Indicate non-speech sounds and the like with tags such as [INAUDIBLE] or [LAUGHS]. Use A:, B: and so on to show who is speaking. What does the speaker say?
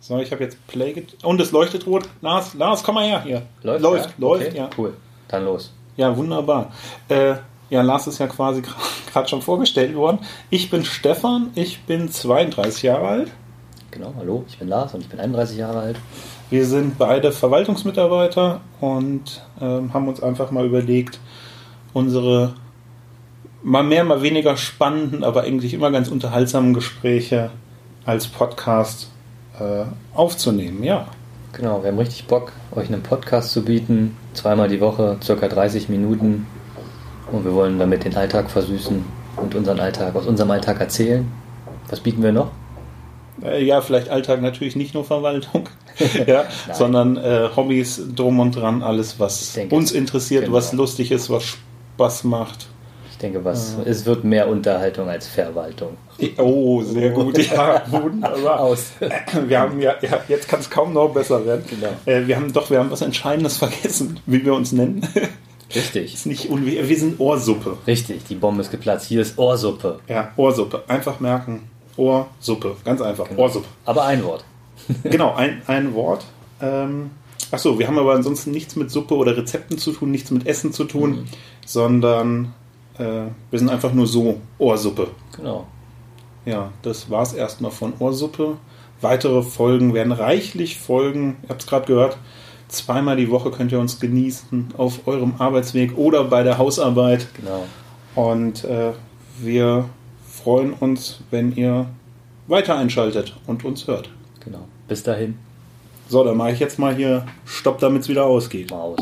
A: So, ich habe jetzt Play get Und es leuchtet rot. Lars, Lars, komm mal her hier.
B: Läuft,
A: läuft,
B: ja?
A: läuft,
B: okay,
A: ja.
B: Cool, dann los.
A: Ja, wunderbar. Äh, ja, Lars ist ja quasi [LAUGHS] gerade schon vorgestellt worden. Ich bin Stefan, ich bin 32 Jahre alt.
B: Genau, hallo, ich bin Lars und ich bin 31 Jahre alt.
A: Wir sind beide Verwaltungsmitarbeiter und ähm, haben uns einfach mal überlegt, unsere mal mehr, mal weniger spannenden, aber eigentlich immer ganz unterhaltsamen Gespräche als Podcast äh, aufzunehmen. Ja,
B: Genau, wir haben richtig Bock, euch einen Podcast zu bieten, zweimal die Woche, circa 30 Minuten. Und wir wollen damit den Alltag versüßen und unseren Alltag, aus unserem Alltag erzählen. Was bieten wir noch?
A: äh, ja vielleicht Alltag natürlich nicht nur Verwaltung, [LAUGHS] ja,
B: Nein.
A: sondern äh, Hobbys drum und dran, alles, was
B: Ich denke,
A: uns interessiert,
B: genau.
A: was lustig ist, was Spaß macht.
B: Ich denke, was, es wird mehr Unterhaltung als Verwaltung.
A: Oh, sehr gut.
B: [LAUGHS]
A: Ja, wunderbar.
B: Aus.
A: Wir haben ja, ja jetzt kann es kaum noch besser werden.
B: Genau.
A: Äh, wir haben doch, wir haben was Entscheidendes [LAUGHS] vergessen, wie wir uns nennen. [LAUGHS]
B: Richtig.
A: ist nicht unwe- wir sind Ohrsuppe.
B: Richtig, die Bombe ist geplatzt. Hier ist Ohrsuppe.
A: Ja, Ohrsuppe. Einfach merken. Ohrsuppe. Ganz einfach. Ohrsuppe.
B: Genau. Aber ein Wort.
A: Genau, ein, ein Wort. Ähm, Achso, wir haben aber ansonsten nichts mit Suppe oder Rezepten zu tun, nichts mit Essen zu tun, sondern äh, wir sind einfach nur so Ohrsuppe.
B: Genau.
A: Ja, das war's erstmal von Ohrsuppe. Weitere Folgen werden reichlich folgen. Ihr habt es gerade gehört. Zweimal die Woche könnt ihr uns genießen auf eurem Arbeitsweg oder bei der Hausarbeit.
B: Genau.
A: Und äh, wir freuen uns, wenn ihr weiter einschaltet und uns hört.
B: Genau. Bis dahin.
A: So, dann mache ich jetzt mal hier Stopp, damit es wieder ausgeht.
B: Mal aus.